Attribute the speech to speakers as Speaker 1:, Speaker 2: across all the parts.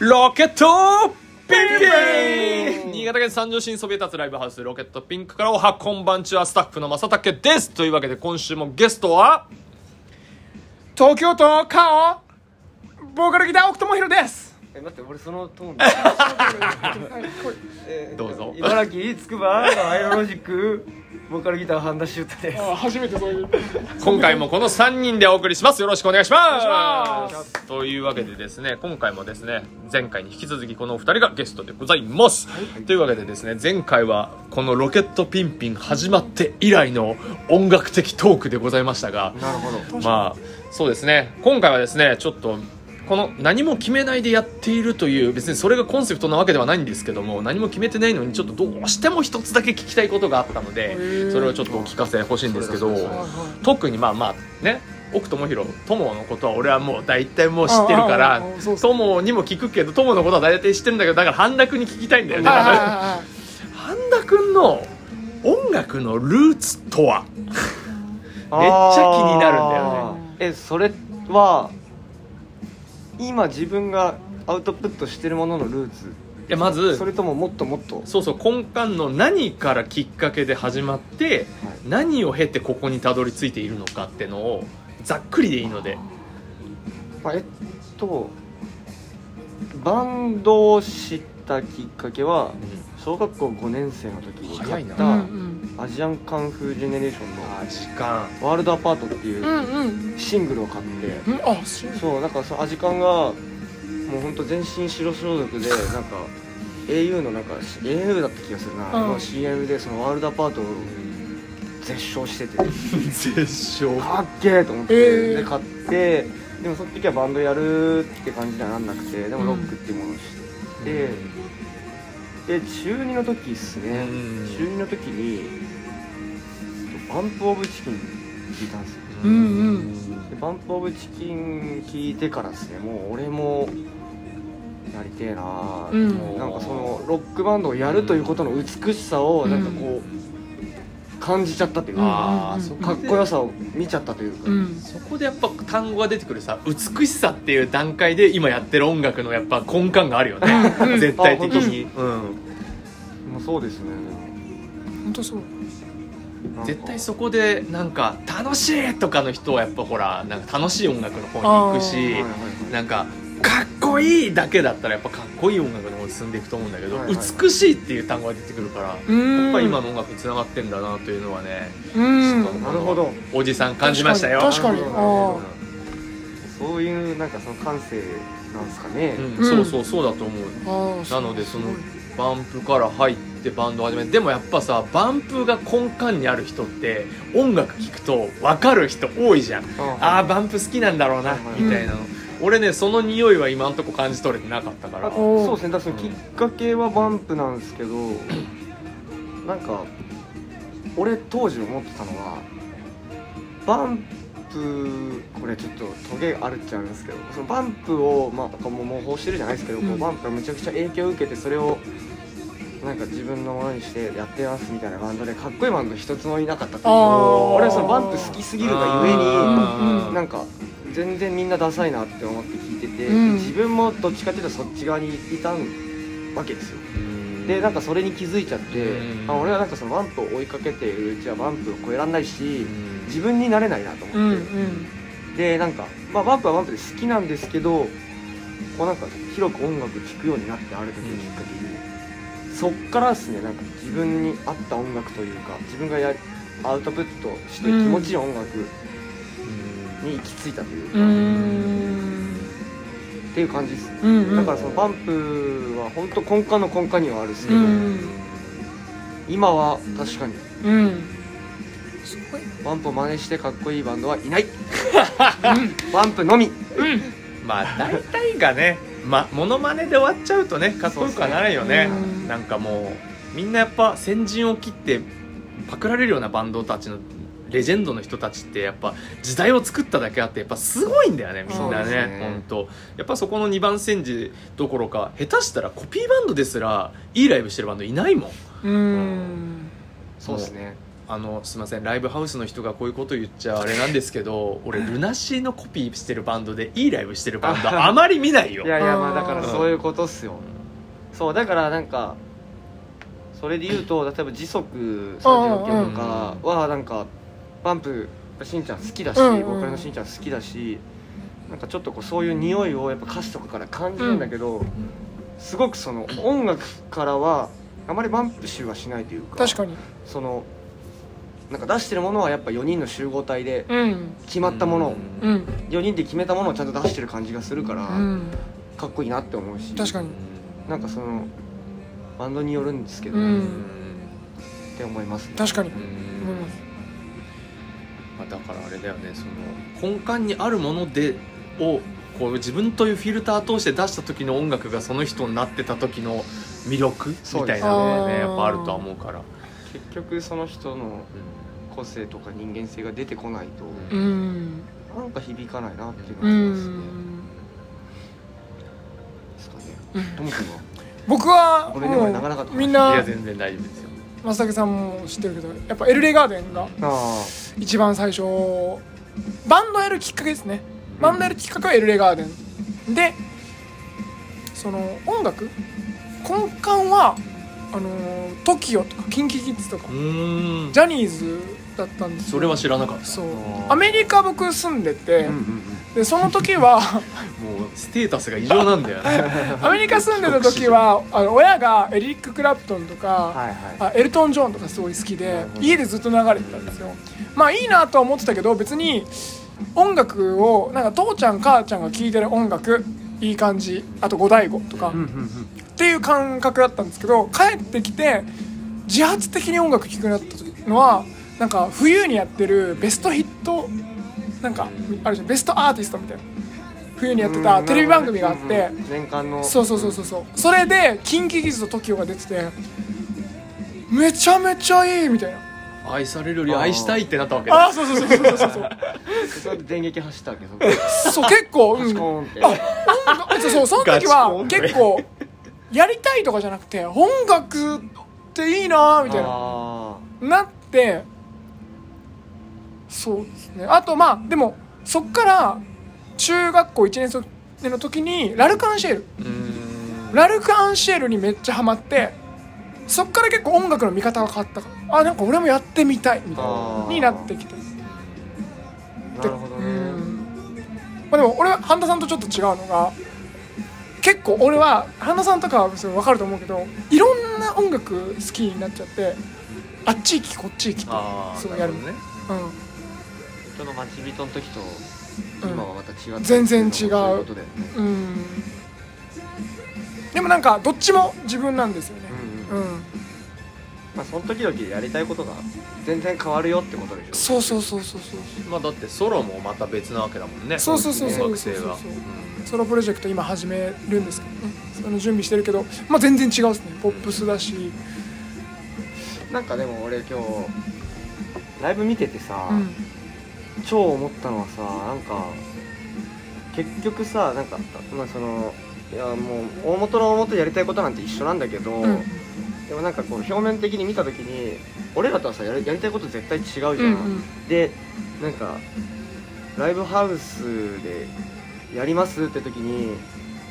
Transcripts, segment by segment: Speaker 1: ロケットピン
Speaker 2: ピ
Speaker 1: ク
Speaker 2: ン
Speaker 1: 新潟県三条市にそびえ立つライブハウスロケットピンクからおはこんばんちはスタッフの正竹ですというわけで今週もゲストは
Speaker 2: 東京都カオ
Speaker 1: ボーカルギター奥友弘です
Speaker 2: え待って俺そのトーン えー
Speaker 1: どうぞ
Speaker 2: 茨城つくばアイロロジックボーカルギター半田修太です
Speaker 3: 初めてそういう
Speaker 1: 今回もこの3人でお送りしますよろしくお願いします
Speaker 3: 願いしま
Speaker 1: というわけでですね今回もですね前回に引き続きこのお二人がゲストでございます、というわけでですね前回はこの「ロケットピンピン」始まって以来の音楽的トークでございましたが
Speaker 2: なるほど
Speaker 1: まあそうですね今回はですねちょっとこの何も決めないでやっているという別にそれがコンセプトなわけではないんですけども何も決めてないのにちょっとどうしても一つだけ聞きたいことがあったのでそれをちょっとお聞かせ欲しいんですけど特にまあまあね奥智弘友のことは俺はもう大体もう知ってるか
Speaker 3: ああああ
Speaker 1: ら
Speaker 3: そうそう
Speaker 1: 友にも聞くけど友のことは大体知ってるんだけどだから半田君に聞きたいんだよね半
Speaker 3: あ
Speaker 1: 田君の音楽のルーツとはめっちゃ気になるんだよ
Speaker 2: ねえそれは今自分がアウトプットしてるもののルーツ
Speaker 1: いやまず
Speaker 2: それとももっともっと
Speaker 1: そうそう根幹の何からきっかけで始まって何を経てここにたどり着いているのかってのをざっくりでいいので
Speaker 2: まあえっとバンドを知ったきっかけは小学校5年生の時に
Speaker 1: 早
Speaker 2: 買
Speaker 1: い
Speaker 2: っ
Speaker 1: な
Speaker 3: あ
Speaker 2: た
Speaker 3: うん
Speaker 2: アジアンカンフージェネレーションの
Speaker 1: 時間
Speaker 2: 「ワールドアパート」って
Speaker 3: う
Speaker 2: いうん
Speaker 3: うん
Speaker 2: シングルを買って、
Speaker 3: うんあそう
Speaker 2: そうなんかそのアジカンがもうほんと全身白装束でなんか au のなんか au だった気がするな、
Speaker 3: うん
Speaker 2: の CM でそのワールドアパートを絶唱してて
Speaker 1: 絶唱
Speaker 2: かっけえと思って、
Speaker 3: えー
Speaker 2: で買ってでもその時はバンドやるって感じにはなんなくてでもロックっていうものを知って、で中2の時っすね、
Speaker 1: うん
Speaker 2: 中2の時に「バンプ・オブ・チキン」聞いたんですよ
Speaker 3: うんう
Speaker 2: でバンプ・オブ・チキン聞いてからですねもう俺もやりてえなあ、
Speaker 3: うん
Speaker 2: なんかそのロックバンドをやるということの美しさを
Speaker 3: うん
Speaker 2: なんかこう感じちゃったというか、
Speaker 1: ああ
Speaker 3: うん
Speaker 1: そ
Speaker 2: かっこよさを見ちゃったというか、
Speaker 3: うん
Speaker 1: そこでやっぱ単語が出てくるさ美しさっていう段階で今やってる音楽のやっぱ根幹があるよね 絶対的に、うん、
Speaker 2: もうそうですね
Speaker 3: 本当そう
Speaker 2: なんか
Speaker 1: 絶対そこでなんか楽しいとかの人はやっぱほらなんか楽しい音楽の方に行くし、
Speaker 2: はいはいはい
Speaker 1: なんかかっこいいだけだったらやっぱかっこいい音楽の方に進んでいくと思うんだけど、
Speaker 2: はいはい
Speaker 1: 美しいっていう単語が出てくるから、やっ
Speaker 3: や
Speaker 1: ぱり今の音楽につながってんだなというのはね、
Speaker 3: うん
Speaker 1: ちょっと
Speaker 2: なるほど
Speaker 1: おじさん感じましたよ
Speaker 3: 確かに
Speaker 2: なる
Speaker 3: 確
Speaker 2: ほど
Speaker 3: かに
Speaker 2: そういうなんかその感性なんですかね、
Speaker 1: うん
Speaker 3: うん
Speaker 1: そうそうそうだと思う
Speaker 3: あーあー
Speaker 1: なのでその
Speaker 3: すごい
Speaker 1: バンプから入ってバンド始めでもやっぱさバンプが根幹にある人って音楽聴くと分かる人多いじゃんああバンプ好きなんだろうな
Speaker 2: はいはい
Speaker 1: みたいなの、俺ねその匂いは今んとこ感じ取れてなかったから
Speaker 2: あ
Speaker 1: う
Speaker 3: おー
Speaker 2: そうですねだからそのきっかけはバンプなんです けどなんか俺当時思ってたのはバンプこれちょっとトゲあるっちゃあるんですけどそのバンプをまあこうもう模倣してるじゃないですけど、こ
Speaker 3: う
Speaker 2: うんバンプがむちゃくちゃ影響を受けてそれをなんか自分のものにしてやってますみたいなバンドでかっこいいバンド一つもいなかったっていう
Speaker 3: あー
Speaker 2: 俺はそのバンプ好きすぎるがゆえに
Speaker 3: うん
Speaker 2: なんか全然みんなダサいなって思って聞いてて、
Speaker 3: うん
Speaker 2: 自分もどっちかっていうとそっち側にいたわけですよでなんかそれに気づいちゃって、
Speaker 1: うん
Speaker 2: あ俺はなんかそのワンプを追いかけているうちはワンプを超えらんないし
Speaker 1: うん
Speaker 2: 自分になれないなと思って、
Speaker 3: うんうん
Speaker 2: でなんか、まあ、ワンプはワンプで好きなんですけどこうなんか広く音楽聴くようになってある時のきっかけに、そっからですねなんか自分に合った音楽というか自分がやアウトプットして気持ちいい音楽に行き着いたというか、
Speaker 3: うーん
Speaker 2: っていう感じですね
Speaker 3: うんうん
Speaker 2: だからそのバンプは本当根幹の根幹にはあるんですけ
Speaker 3: う
Speaker 2: ど、
Speaker 3: ん
Speaker 2: 今は確かに
Speaker 3: うんすごい
Speaker 2: バンプを真似してかっこいいバンドはい ないバンプのみ
Speaker 1: まあ大体がね、ま、モノマネで終わっちゃうとねかっこよくはならないよね
Speaker 3: そうですね
Speaker 1: なんかもうみんなやっぱ先陣を切ってパクられるようなバンドたちのレジェンドの人たちってやっぱ時代を作っただけあってやっぱすごいんだよねみん
Speaker 3: そう
Speaker 1: な
Speaker 2: です
Speaker 1: ね
Speaker 2: ね
Speaker 1: 本当やっぱそこの2番煎じどころか下手したらコピーバンドですらいいライブしてるバンドいないもん
Speaker 3: うん
Speaker 2: そうですね
Speaker 1: あのすいませんライブハウスの人がこういうこと言っちゃあれなんですけど俺ルナシーのコピーしてるバンドでいいライブしてるバンドあまり見ないよ
Speaker 2: いやいやま
Speaker 3: あ
Speaker 2: あ
Speaker 3: ー
Speaker 2: だからそういうことっすよそうだからなんかそれで言うと例えば時速30キロとかはなんかバンプしんちゃん好きだし、
Speaker 3: うんうん
Speaker 2: ボーカルのしんちゃん好きだしなんかちょっとこうそういう匂いをやっぱ歌詞とかから感じるんだけど、すごくその音楽からはあまりバンプ集はしないというか
Speaker 3: 確かに
Speaker 2: そのなんか出してるものはやっぱ4人の集合体で
Speaker 3: うん
Speaker 2: 決まったものを
Speaker 3: う
Speaker 1: うん
Speaker 3: ん
Speaker 2: 4人で決めたものをちゃんと出してる感じがするから、
Speaker 3: うん
Speaker 2: かっこいいなって思うし
Speaker 3: 確かに
Speaker 2: なんかそのバンドによるんですけど、
Speaker 3: う
Speaker 1: うんん
Speaker 2: って思いますね
Speaker 3: 確かに
Speaker 1: うんまあだからあれだよねその根幹にあるものでをこう自分というフィルター通して出した時の音楽がその人になってた時の魅力みたいなのがね
Speaker 3: そうですね
Speaker 1: やっぱあるとは思うから、
Speaker 2: 結局その人の個性とか人間性が出てこないと、
Speaker 3: うん
Speaker 2: なんか響かないなっていうの
Speaker 3: う
Speaker 2: はありますね、
Speaker 3: ん
Speaker 2: ですかね
Speaker 3: うん
Speaker 2: ともくんは
Speaker 3: 僕は
Speaker 2: これでも
Speaker 3: も
Speaker 2: 長々と
Speaker 3: うみん
Speaker 1: いや
Speaker 3: な
Speaker 1: 全然大丈夫ですよ
Speaker 3: 松竹さんも知ってるけどやっぱエルレガーデンが
Speaker 2: あ
Speaker 3: 一番最初バンドやるきっかけですねバンドやるきっかけはエルレガーデンでその音楽根幹はあの TOKIO とか KinKiKids とか
Speaker 1: うーん
Speaker 3: ジャニーズだったんですよ
Speaker 1: それは知らなかった
Speaker 3: そう
Speaker 2: あー
Speaker 3: アメリカ僕住んでて、
Speaker 2: あうんうんうん
Speaker 3: でその時 は
Speaker 1: もうステータスが異常なんだよね
Speaker 3: アメリカ住んでた時はあの親がエリック・クラプトンとか、
Speaker 2: はいは
Speaker 3: あエルトン・ジョーンとかすごい好き
Speaker 2: な
Speaker 3: で
Speaker 2: るほど
Speaker 3: 家でずっと流れてたんですよまあいいなとは思ってたけど別に音楽をなんか父ちゃん母ちゃんが聴いてる音楽いい感じあと五醍醐とか、
Speaker 2: いうん
Speaker 3: っ
Speaker 2: うんうん
Speaker 3: ていう感覚だったんですけど帰ってきて自発的に音楽聴くようになったのはなんか冬にやってるベストヒットなんかあるじゃんベストアーティストみたいな冬にやってたテレビ番組があって、
Speaker 2: うんうん年間の
Speaker 3: そうそうそうそうそうそれで KinKiKids と TOKIO が出ててめちゃめちゃいいみたいな
Speaker 1: 愛されるより愛したいってなったわけだ
Speaker 3: あーそうそうそうそうそうそう
Speaker 2: それで電撃走ったわけそこ
Speaker 3: そう結構うん
Speaker 2: スコーンって
Speaker 3: そうそうその時は結構やりたいとかじゃなくて音楽っていいなーみたいな
Speaker 2: あ
Speaker 3: なってそうですねあとまあでもそっから中学校1年生の時にラルク・アンシェール
Speaker 1: うーん
Speaker 3: ラルク・アンシェールにめっちゃハマってそっから結構音楽の見方が変わったからあなんか俺もやってみたいみたい
Speaker 2: あ
Speaker 3: な
Speaker 2: ー
Speaker 3: になってきて
Speaker 2: ーなるほど
Speaker 3: う
Speaker 2: ね
Speaker 3: んまあ、でも俺は半田さんとちょっと違うのが結構俺は半田さんとかは別に分かると思うけどいろんな音楽好きになっちゃってあっち行きこっち行きって
Speaker 1: ああ
Speaker 3: そうやるの
Speaker 1: ね
Speaker 3: う
Speaker 2: その待ち人の時と
Speaker 3: ん、うん
Speaker 2: 今はまた違って
Speaker 3: 全然違う
Speaker 2: そういうことだよね
Speaker 3: うんでもなんかどっちも自分なんですよね
Speaker 2: うんうん
Speaker 3: うん
Speaker 2: まあ、その時々やりたいことが全然変わるよってことでしょ
Speaker 3: そうそうそうそうそう
Speaker 1: まあだってソロもまた別なわけだもんね
Speaker 3: そうそうそうそう
Speaker 1: 音楽性が
Speaker 3: そうそうそうソロプロジェクト今始めるんですけどねその準備してるけど、まあ、全然違うですねポップスだし
Speaker 2: なんかでも俺今日ライブ見ててさ、
Speaker 3: うん
Speaker 2: 超思ったのはさなんか結局さなんかまあそのいやもう大元の大元でやりたいことなんて一緒なんだけど、
Speaker 3: うん
Speaker 2: でもなんかこう表面的に見た時に俺らとはさやりやりたいこと絶対違うじゃん、
Speaker 3: うんうん
Speaker 2: でなんかライブハウスでやりますって時に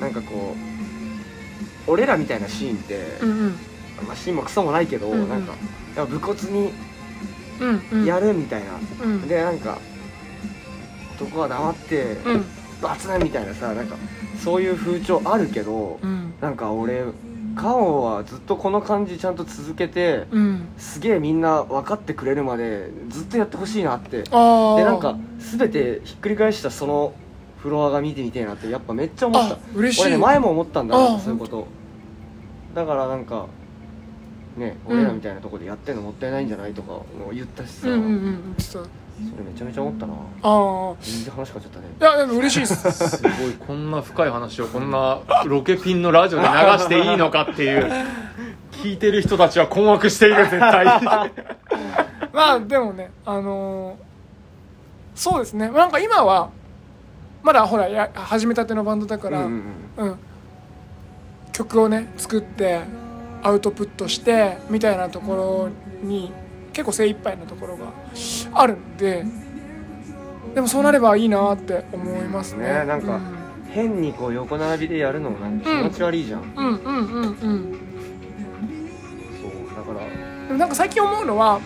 Speaker 2: なんかこう俺らみたいなシーンって、
Speaker 3: うん
Speaker 2: まあ、シーンもクソもないけど、
Speaker 3: うんうん
Speaker 2: なんかいや武骨に
Speaker 3: うんうん
Speaker 2: やるみたいな、
Speaker 3: うん
Speaker 2: でなんか男は黙って
Speaker 3: うん
Speaker 2: バツンみたいなさなんかそういう風潮あるけど、
Speaker 3: うん
Speaker 2: なんか俺カオはずっとこの感じちゃんと続けて、
Speaker 3: うん
Speaker 2: すげえみんな分かってくれるまでずっとやってほしいなって
Speaker 3: ああ
Speaker 2: でなんか全てひっくり返したそのフロアが見てみてえなってやっぱめっちゃ思った
Speaker 3: あ嬉しい
Speaker 2: 俺ね前も思ったんだ
Speaker 3: ああ
Speaker 2: そういうことだからなんかね
Speaker 3: うん
Speaker 2: 俺らみたいなとこでやってんのもったいないんじゃないとかも言ったしさ、
Speaker 3: うんうんうんちょっと
Speaker 2: それめちゃめちゃ思ったな
Speaker 3: あ
Speaker 2: 全然話変わっちゃったね
Speaker 3: あいやでも嬉しいです
Speaker 1: すごいこんな深い話をこんなロケピンのラジオで流していいのかっていう聞いてる人たちは困惑している絶 対
Speaker 3: まあでもねあのーそうですねなんか今はまだほらや始めたてのバンドだから、
Speaker 2: うんうん
Speaker 3: うん、曲をね作ってアウトプットしてみたいなところに結構精一杯なところがあるんででもそうなればいいなって思いますね
Speaker 2: ねなんか変にこう横並びでやるのもなんか気持ち悪いじゃん、
Speaker 3: うん、うんうんうんうん
Speaker 2: そうだから
Speaker 3: でもなんか最近思うのは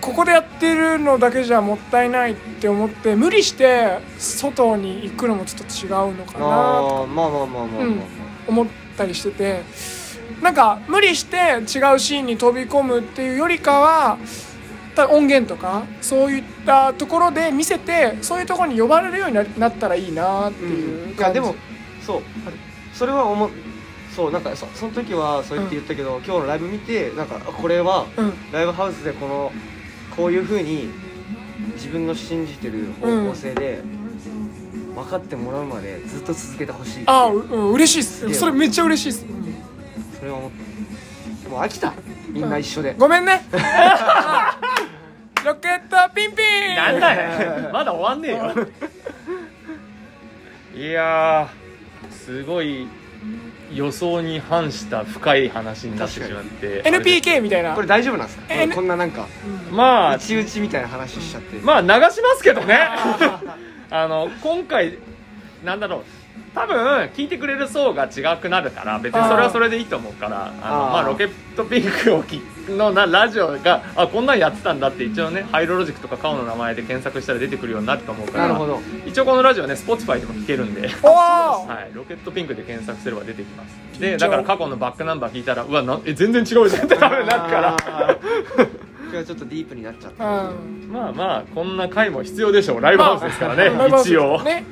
Speaker 3: ここでやってるのだけじゃもったいないって思って無理して外に行くのもちょっと違うのかなと
Speaker 2: あーまあまあまあまあまあまあ、
Speaker 3: うん思ったりしててなんか無理して違うシーンに飛び込むっていうよりかはた音源とかそういったところで見せてそういうところに呼ばれるようにななったらいいなっていう
Speaker 2: いや
Speaker 3: 感じ、
Speaker 2: でもそうそれは思うそうなんかそその時はそうやって言ったけど、今日のライブ見てなんかあこれは
Speaker 3: うん
Speaker 2: ライブハウスでこのこういう風に自分の信じてる方向性で、分かってもらうまでずっと続けてほしいって
Speaker 3: ああ、ううん、嬉しいっす
Speaker 2: で
Speaker 3: それめっちゃ嬉しいっす、うん
Speaker 2: それは思ったもう飽きたみんな一緒で、
Speaker 3: ごめ んねロケットピンピン
Speaker 1: なんだよまだ終わんねえよいやーすごい予想に反した深い話になってしまって
Speaker 3: NPK みたいな
Speaker 2: これ大丈夫なんですか、
Speaker 3: ええ
Speaker 2: こんななんか
Speaker 1: まあ
Speaker 2: 内々みたいな話しちゃって、
Speaker 1: まあ流しますけどね あの今回なんだろう多分聞いてくれる層が違くなるから別にそれはそれでいいと思うからあの
Speaker 2: あー
Speaker 1: まあ、ロケットピンクをきのなラジオがあこんなんやってたんだって一応ねハイロロジックとかカオの名前で検索したら出てくるようになると思うから
Speaker 2: なるほど
Speaker 1: 一応このラジオね Spotify でも聞けるんで
Speaker 3: おお
Speaker 1: はい、ロケットピンクで検索すれば出てきますでだから過去のバックナンバー聞いたらうわなえ全然違うじゃんって多分なるから
Speaker 2: あー 今日はちょっとディープになっちゃった、
Speaker 3: うん
Speaker 1: まあまあこんな回も必要でしょうライブハウスですからね、
Speaker 3: まあ
Speaker 1: 一応、
Speaker 3: ね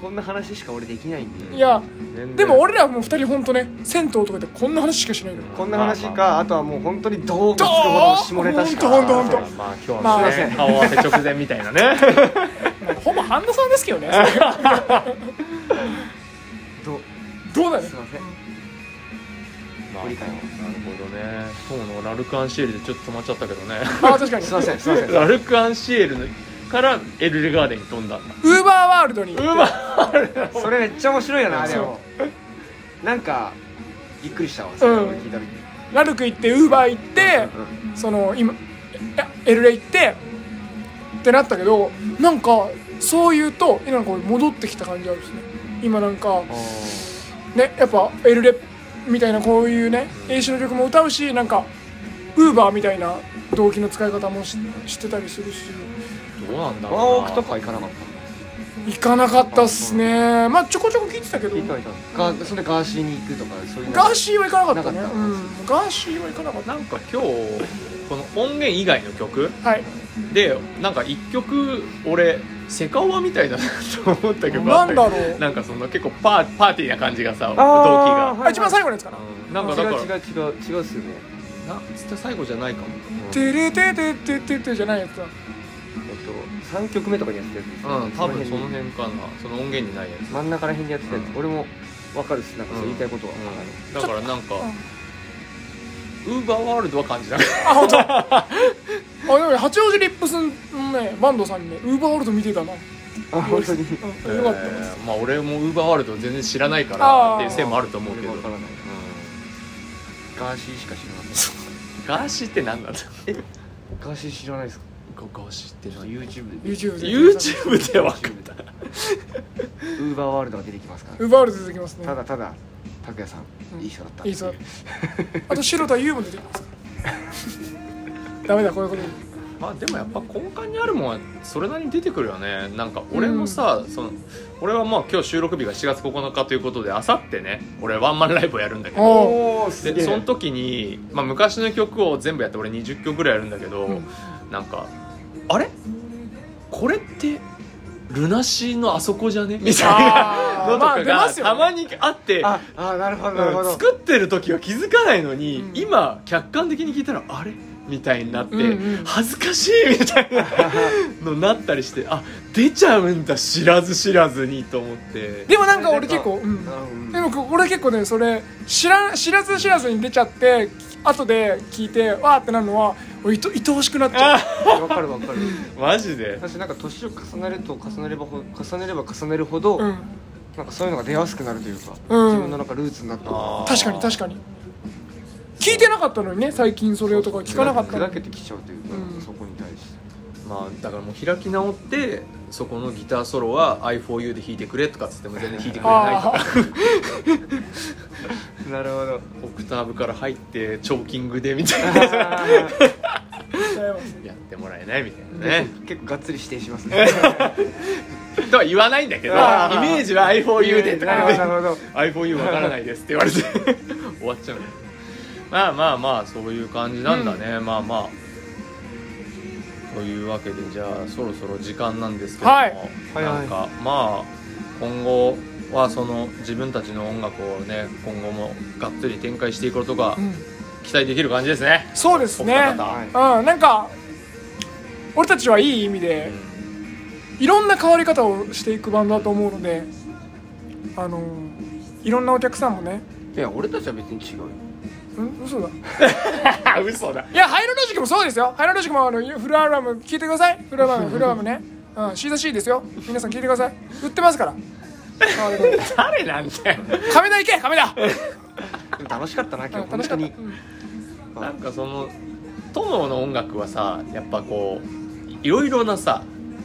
Speaker 2: こんな話しか俺できないんで
Speaker 3: いや
Speaker 1: 全然
Speaker 3: でも俺らもう二人本当ね銭湯とかでこんな話しかしないのよ
Speaker 2: こんな話か、あ、とはもう本当にどうかつくほどの下ネタしか
Speaker 3: どうほんとほんとほんと
Speaker 1: まあ今日
Speaker 3: まあ
Speaker 1: は
Speaker 3: すい
Speaker 1: ね、
Speaker 2: ません
Speaker 1: 顔合わせ直前みたい なね
Speaker 3: ほぼ半田さんですけどね
Speaker 2: ど
Speaker 3: どうだよ
Speaker 2: すいません
Speaker 1: まあ
Speaker 2: ご理解を
Speaker 1: なるほどね今日のラルク・アンシエルでちょっと止まっちゃったけどね
Speaker 3: あ確かに
Speaker 2: すいませんすいません
Speaker 1: ラルク・アンシエルのからエルレガーデンに飛んだんだ
Speaker 3: ウーバーワールドに
Speaker 1: うま
Speaker 2: それめっちゃ面白いよなでもなんかびっくりしたわそれ
Speaker 3: うん
Speaker 2: 俺聞いた時に
Speaker 3: ラルク行ってウーバー行って
Speaker 2: うん
Speaker 3: その今いやエルレ行ってってなったけどなんかそう言うとえなんか俺戻ってきた感じあるしね今なんか
Speaker 2: あー
Speaker 3: ねやっぱエルレみたいなこういうね英史の曲も歌うしなんかウーバーみたいな動機の使い方もししてたりするし
Speaker 1: どうなんだ
Speaker 2: ワンオークと
Speaker 1: ろ
Speaker 2: かは行かなかった
Speaker 3: 行かなかったっすねまあちょこちょこ聞いてたけど
Speaker 2: 行った行ったガーそれでガーシーに行くとかそういうの
Speaker 3: ガーシーは行かなかったね
Speaker 2: なかった
Speaker 3: うんガーシーは行かなかっ
Speaker 1: うななんか今日この音源以外の曲
Speaker 3: たはい
Speaker 1: でなんか一曲俺セカオワみたいだなと思った曲あ
Speaker 3: な
Speaker 1: ったけど
Speaker 3: んだろう
Speaker 1: なんかその結構パーパーティーな感じがさ動機
Speaker 2: あー
Speaker 1: が
Speaker 2: はい
Speaker 3: あ一番最後のやつかな
Speaker 1: うんなんかだから
Speaker 2: 違う違う違う違うっすよね
Speaker 1: なつった最後じゃないかも
Speaker 3: 「てれててててて」じゃないやつだ
Speaker 2: えっと三曲目とかにやってたやつです
Speaker 1: う
Speaker 2: ね
Speaker 1: ん多分そ
Speaker 2: 辺
Speaker 1: の辺
Speaker 2: に
Speaker 1: かなその音源にないや
Speaker 2: 真ん中ら辺でやってたやつ俺もわかるっすなんかそう言いたいことは
Speaker 1: つだからなんかウーバーワールドは感じなかっ
Speaker 3: あ本当。あでもね八王子リップスのねバンドさんにねウーバーオールド見てたな、う
Speaker 2: あ本当に
Speaker 1: た
Speaker 3: ん、よかったです、
Speaker 1: えーまあ俺もウーバーワールド全然知らないからっていうせいもあると思うけ
Speaker 2: 俺
Speaker 1: ど
Speaker 2: もわからないガーシーしか知らなかった
Speaker 1: ガーシーって何なんだ
Speaker 2: ガーシー知らないですか
Speaker 1: ガーシーって
Speaker 2: ちょっと YouTube で
Speaker 3: YouTube で
Speaker 1: YouTube で分かる
Speaker 2: YouTube でウーバーワールドが出てきますか
Speaker 3: ウ
Speaker 2: ら
Speaker 3: ーバーオールド出てきますね
Speaker 2: ただただ拓也さ
Speaker 3: うん
Speaker 2: んいい人だった
Speaker 3: いいぞあと白田優も出てきます ダメだこういうことに
Speaker 1: まあでもやっぱ根幹にあるもんはそれなりに出てくるよねなんか俺もさ、その俺はまあ今日収録日が4月9日ということであさってね俺ワンマンライブをやるんだけど
Speaker 2: おおすげ
Speaker 1: で
Speaker 2: え
Speaker 1: その時に、まあ、昔の曲を全部やって俺20曲ぐらいやるんだけど、
Speaker 3: うん
Speaker 1: なんかあれこれってルナシーのあそこじゃねみたい
Speaker 3: あ
Speaker 1: な
Speaker 3: ー
Speaker 1: のと
Speaker 3: まあ
Speaker 1: か
Speaker 3: 出ま
Speaker 1: が
Speaker 3: すよ
Speaker 1: た
Speaker 3: ね
Speaker 1: まにあって、
Speaker 2: ああなるほどなるほ
Speaker 1: うん
Speaker 2: ど
Speaker 1: 作ってる時は気づかないのに、
Speaker 3: うん
Speaker 1: 今客観的に聞いたらあれみたいになって、
Speaker 3: うんうん
Speaker 1: 恥ずかしいみたい なのになったりしてあ出ちゃうんだ知らず知らずにと思って
Speaker 3: でもなんか俺結構うん
Speaker 2: うん
Speaker 3: でも俺結構ねそれ知ら知らず知らずに出ちゃって後で聞いてわーってなるのは俺いと愛おしくなっちゃう
Speaker 2: わかるわかる
Speaker 1: マジで
Speaker 2: 私なんか年を重ねると重ねればほ重ねれば重ねるほど
Speaker 3: う
Speaker 2: なんんかそういうのが出やすくなるというか自
Speaker 3: うん
Speaker 2: 分のなんかルーツになった
Speaker 1: あー
Speaker 3: 確かに確かに聞いてなかったのにね最近それをとか聞かなかったの
Speaker 2: 砕
Speaker 3: に
Speaker 2: けてきちゃうというか、
Speaker 3: うん
Speaker 2: そこに対して
Speaker 1: まあだからもう開き直ってそこのギターソロは i4u で弾いてくれとかっつっても全然弾いてくれないと
Speaker 3: あ
Speaker 1: か
Speaker 3: あ
Speaker 2: なるほど
Speaker 1: オクターブから入ってチョーキングでみたいなやってもらえないみたいな ね
Speaker 2: 結構がっつり指定します ね
Speaker 1: とは言わないんだけどイ
Speaker 2: あー
Speaker 1: メージは i4u でと
Speaker 2: なる
Speaker 1: かね
Speaker 2: ほどなるほど
Speaker 1: iPhoneu わからないですって言われて終わっちゃうねまあまあまあそういう感じなんだね、まあまあというわけでじゃあそろそろ時間なんですけども、
Speaker 3: はい
Speaker 2: はいはい
Speaker 1: なんかまあ今後はその自分たちの音楽をね今後もがっつり展開していくことが
Speaker 3: うん
Speaker 1: 期待できる感じですね、
Speaker 3: そうです
Speaker 1: お
Speaker 3: ね
Speaker 1: 二方
Speaker 2: はい
Speaker 3: うんなんか俺たちはいい意味でいろんな変わり方をしていくバンドだと思うのであのいろんなお客さんもね
Speaker 2: いや俺たちは別に違うよ
Speaker 3: ん嘘だ
Speaker 1: うん 嘘だ
Speaker 3: いや、ハイロロジックもそうですよ。ハイロロジックもあのフルアルバム聞いてください。フルアルバム、フルアルバムね。うん、シーザシーですよ。皆さん聞いてください。売ってますから。あでも
Speaker 1: 誰なんだよ
Speaker 3: 亀田行け、亀田。
Speaker 2: でも楽しかったな今
Speaker 3: うん
Speaker 2: 日本
Speaker 3: 楽しか
Speaker 2: 当
Speaker 3: った。う
Speaker 2: に
Speaker 3: ん
Speaker 1: なんかその友の音楽はさやっぱこういろいろなさ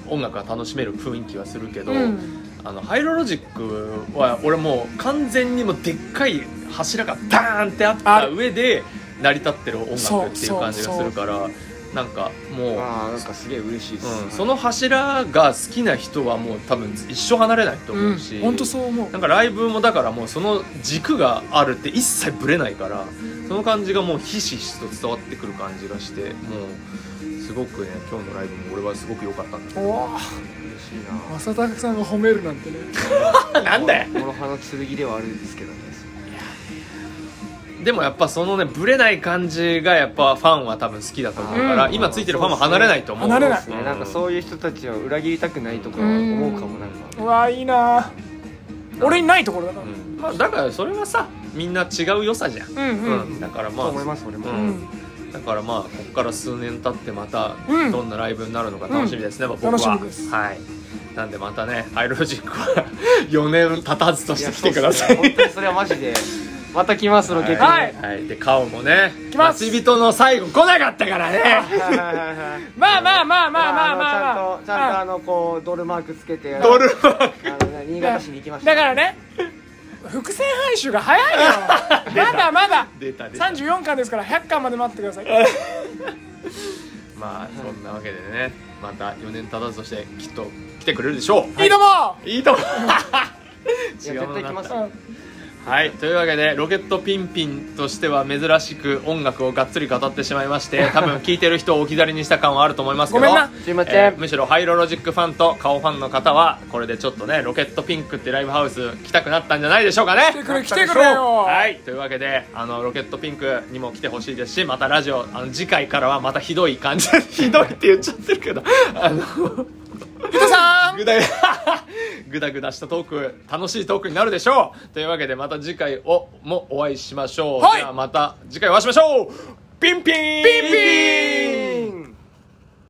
Speaker 1: 音楽が楽しめる雰囲気はするけど、
Speaker 3: うん
Speaker 1: あのハイロロジックは俺もう完全にもうでっかい柱がダーンってあった上で成り立ってる音楽っていう感じがするからなんかもう、
Speaker 2: ああなんかすげえ嬉しいです、
Speaker 1: うんその柱が好きな人はもう多分一生離れないと
Speaker 3: う
Speaker 1: 思
Speaker 3: ん
Speaker 1: うし、
Speaker 3: 本当そう思う
Speaker 1: なんかライブもだからもうその軸があるって一切ぶれないからその感じがもうひしひしと伝わってくる感じがしてもうすごくね今日のライブも俺はすごく良かったんだ
Speaker 3: おお
Speaker 2: 嬉し
Speaker 3: 正隆さんが褒めるなんてね
Speaker 2: いな
Speaker 1: なんだよ
Speaker 2: もろ刃の剣ではあるんですけどね
Speaker 1: でもやっぱそのねぶれない感じがやっぱファンは多分好きだと思うから、
Speaker 3: うん
Speaker 1: 今ついてるファンも離れないと思う
Speaker 3: 離れない
Speaker 2: そうですねなんかそういう人たちを裏切りたくないとかは思うかもなんか
Speaker 3: うわいいな俺にないところだか
Speaker 1: うんまあ、だからそれはさみんな違う良さじゃん、
Speaker 3: らうんう
Speaker 1: うんんだからま
Speaker 2: そう
Speaker 1: あ
Speaker 2: 思います俺も、
Speaker 1: う
Speaker 3: うんん
Speaker 1: だからまあここから数年経ってまた
Speaker 3: うん
Speaker 1: どんなライブになるのか楽しみですね、僕は
Speaker 3: 楽しみです
Speaker 1: はいなんでまたねハイロジックは 4年経たずと
Speaker 2: い
Speaker 1: し
Speaker 2: や
Speaker 1: て来てください
Speaker 2: そうですね本当にそれはマジ でまた来ますその結果
Speaker 3: はい
Speaker 1: はい、で顔もね
Speaker 3: 来ます
Speaker 1: 待ち人の最後来なかったからね
Speaker 3: まあまあまあまあまあまあ
Speaker 2: あのちゃんとちゃんとあのこうドルマークつけて
Speaker 1: ドルマーク
Speaker 2: あのね新潟市に行きました
Speaker 3: だからね伏線回収が早いよ まだまだ
Speaker 1: 出た出た
Speaker 3: 34巻ですから100巻まで待ってください
Speaker 1: まあそんなわけでねまた4年経たずとしてきっと来てくれるでしょう、
Speaker 3: いいとも
Speaker 1: い、いと思う
Speaker 2: いや
Speaker 1: 違う
Speaker 2: 絶
Speaker 1: もの
Speaker 2: 対
Speaker 1: だ
Speaker 2: 来
Speaker 1: っ
Speaker 2: ま
Speaker 1: た
Speaker 2: す
Speaker 3: う
Speaker 2: よ
Speaker 3: ん
Speaker 1: はい、というわけでロケットピンピンとしては珍しく音楽をがっつり語ってしまいまして 多分聴いてる人を置き去りにした感はあると思いますけど
Speaker 3: ごめんな
Speaker 2: すいません、
Speaker 1: えーむしろハイロロジックファンと顔ファンの方はこれでちょっとねロケットピンクってライブハウス来たくなったんじゃないでしょうかね
Speaker 3: 来てくれ来てくれよ
Speaker 1: はいというわけであのロケットピンクにも来てほしいですしまたラジオあの次回からはまたひどい感じ ひどいって言っちゃってるけどあの
Speaker 3: 伊藤さん
Speaker 1: ぐだ ぐだぐだしたトーク楽しいトークになるでしょうというわけでまた次回をもお会いしましょう、
Speaker 3: はい
Speaker 1: ではまた次回お会いしましょうピンピンピンピン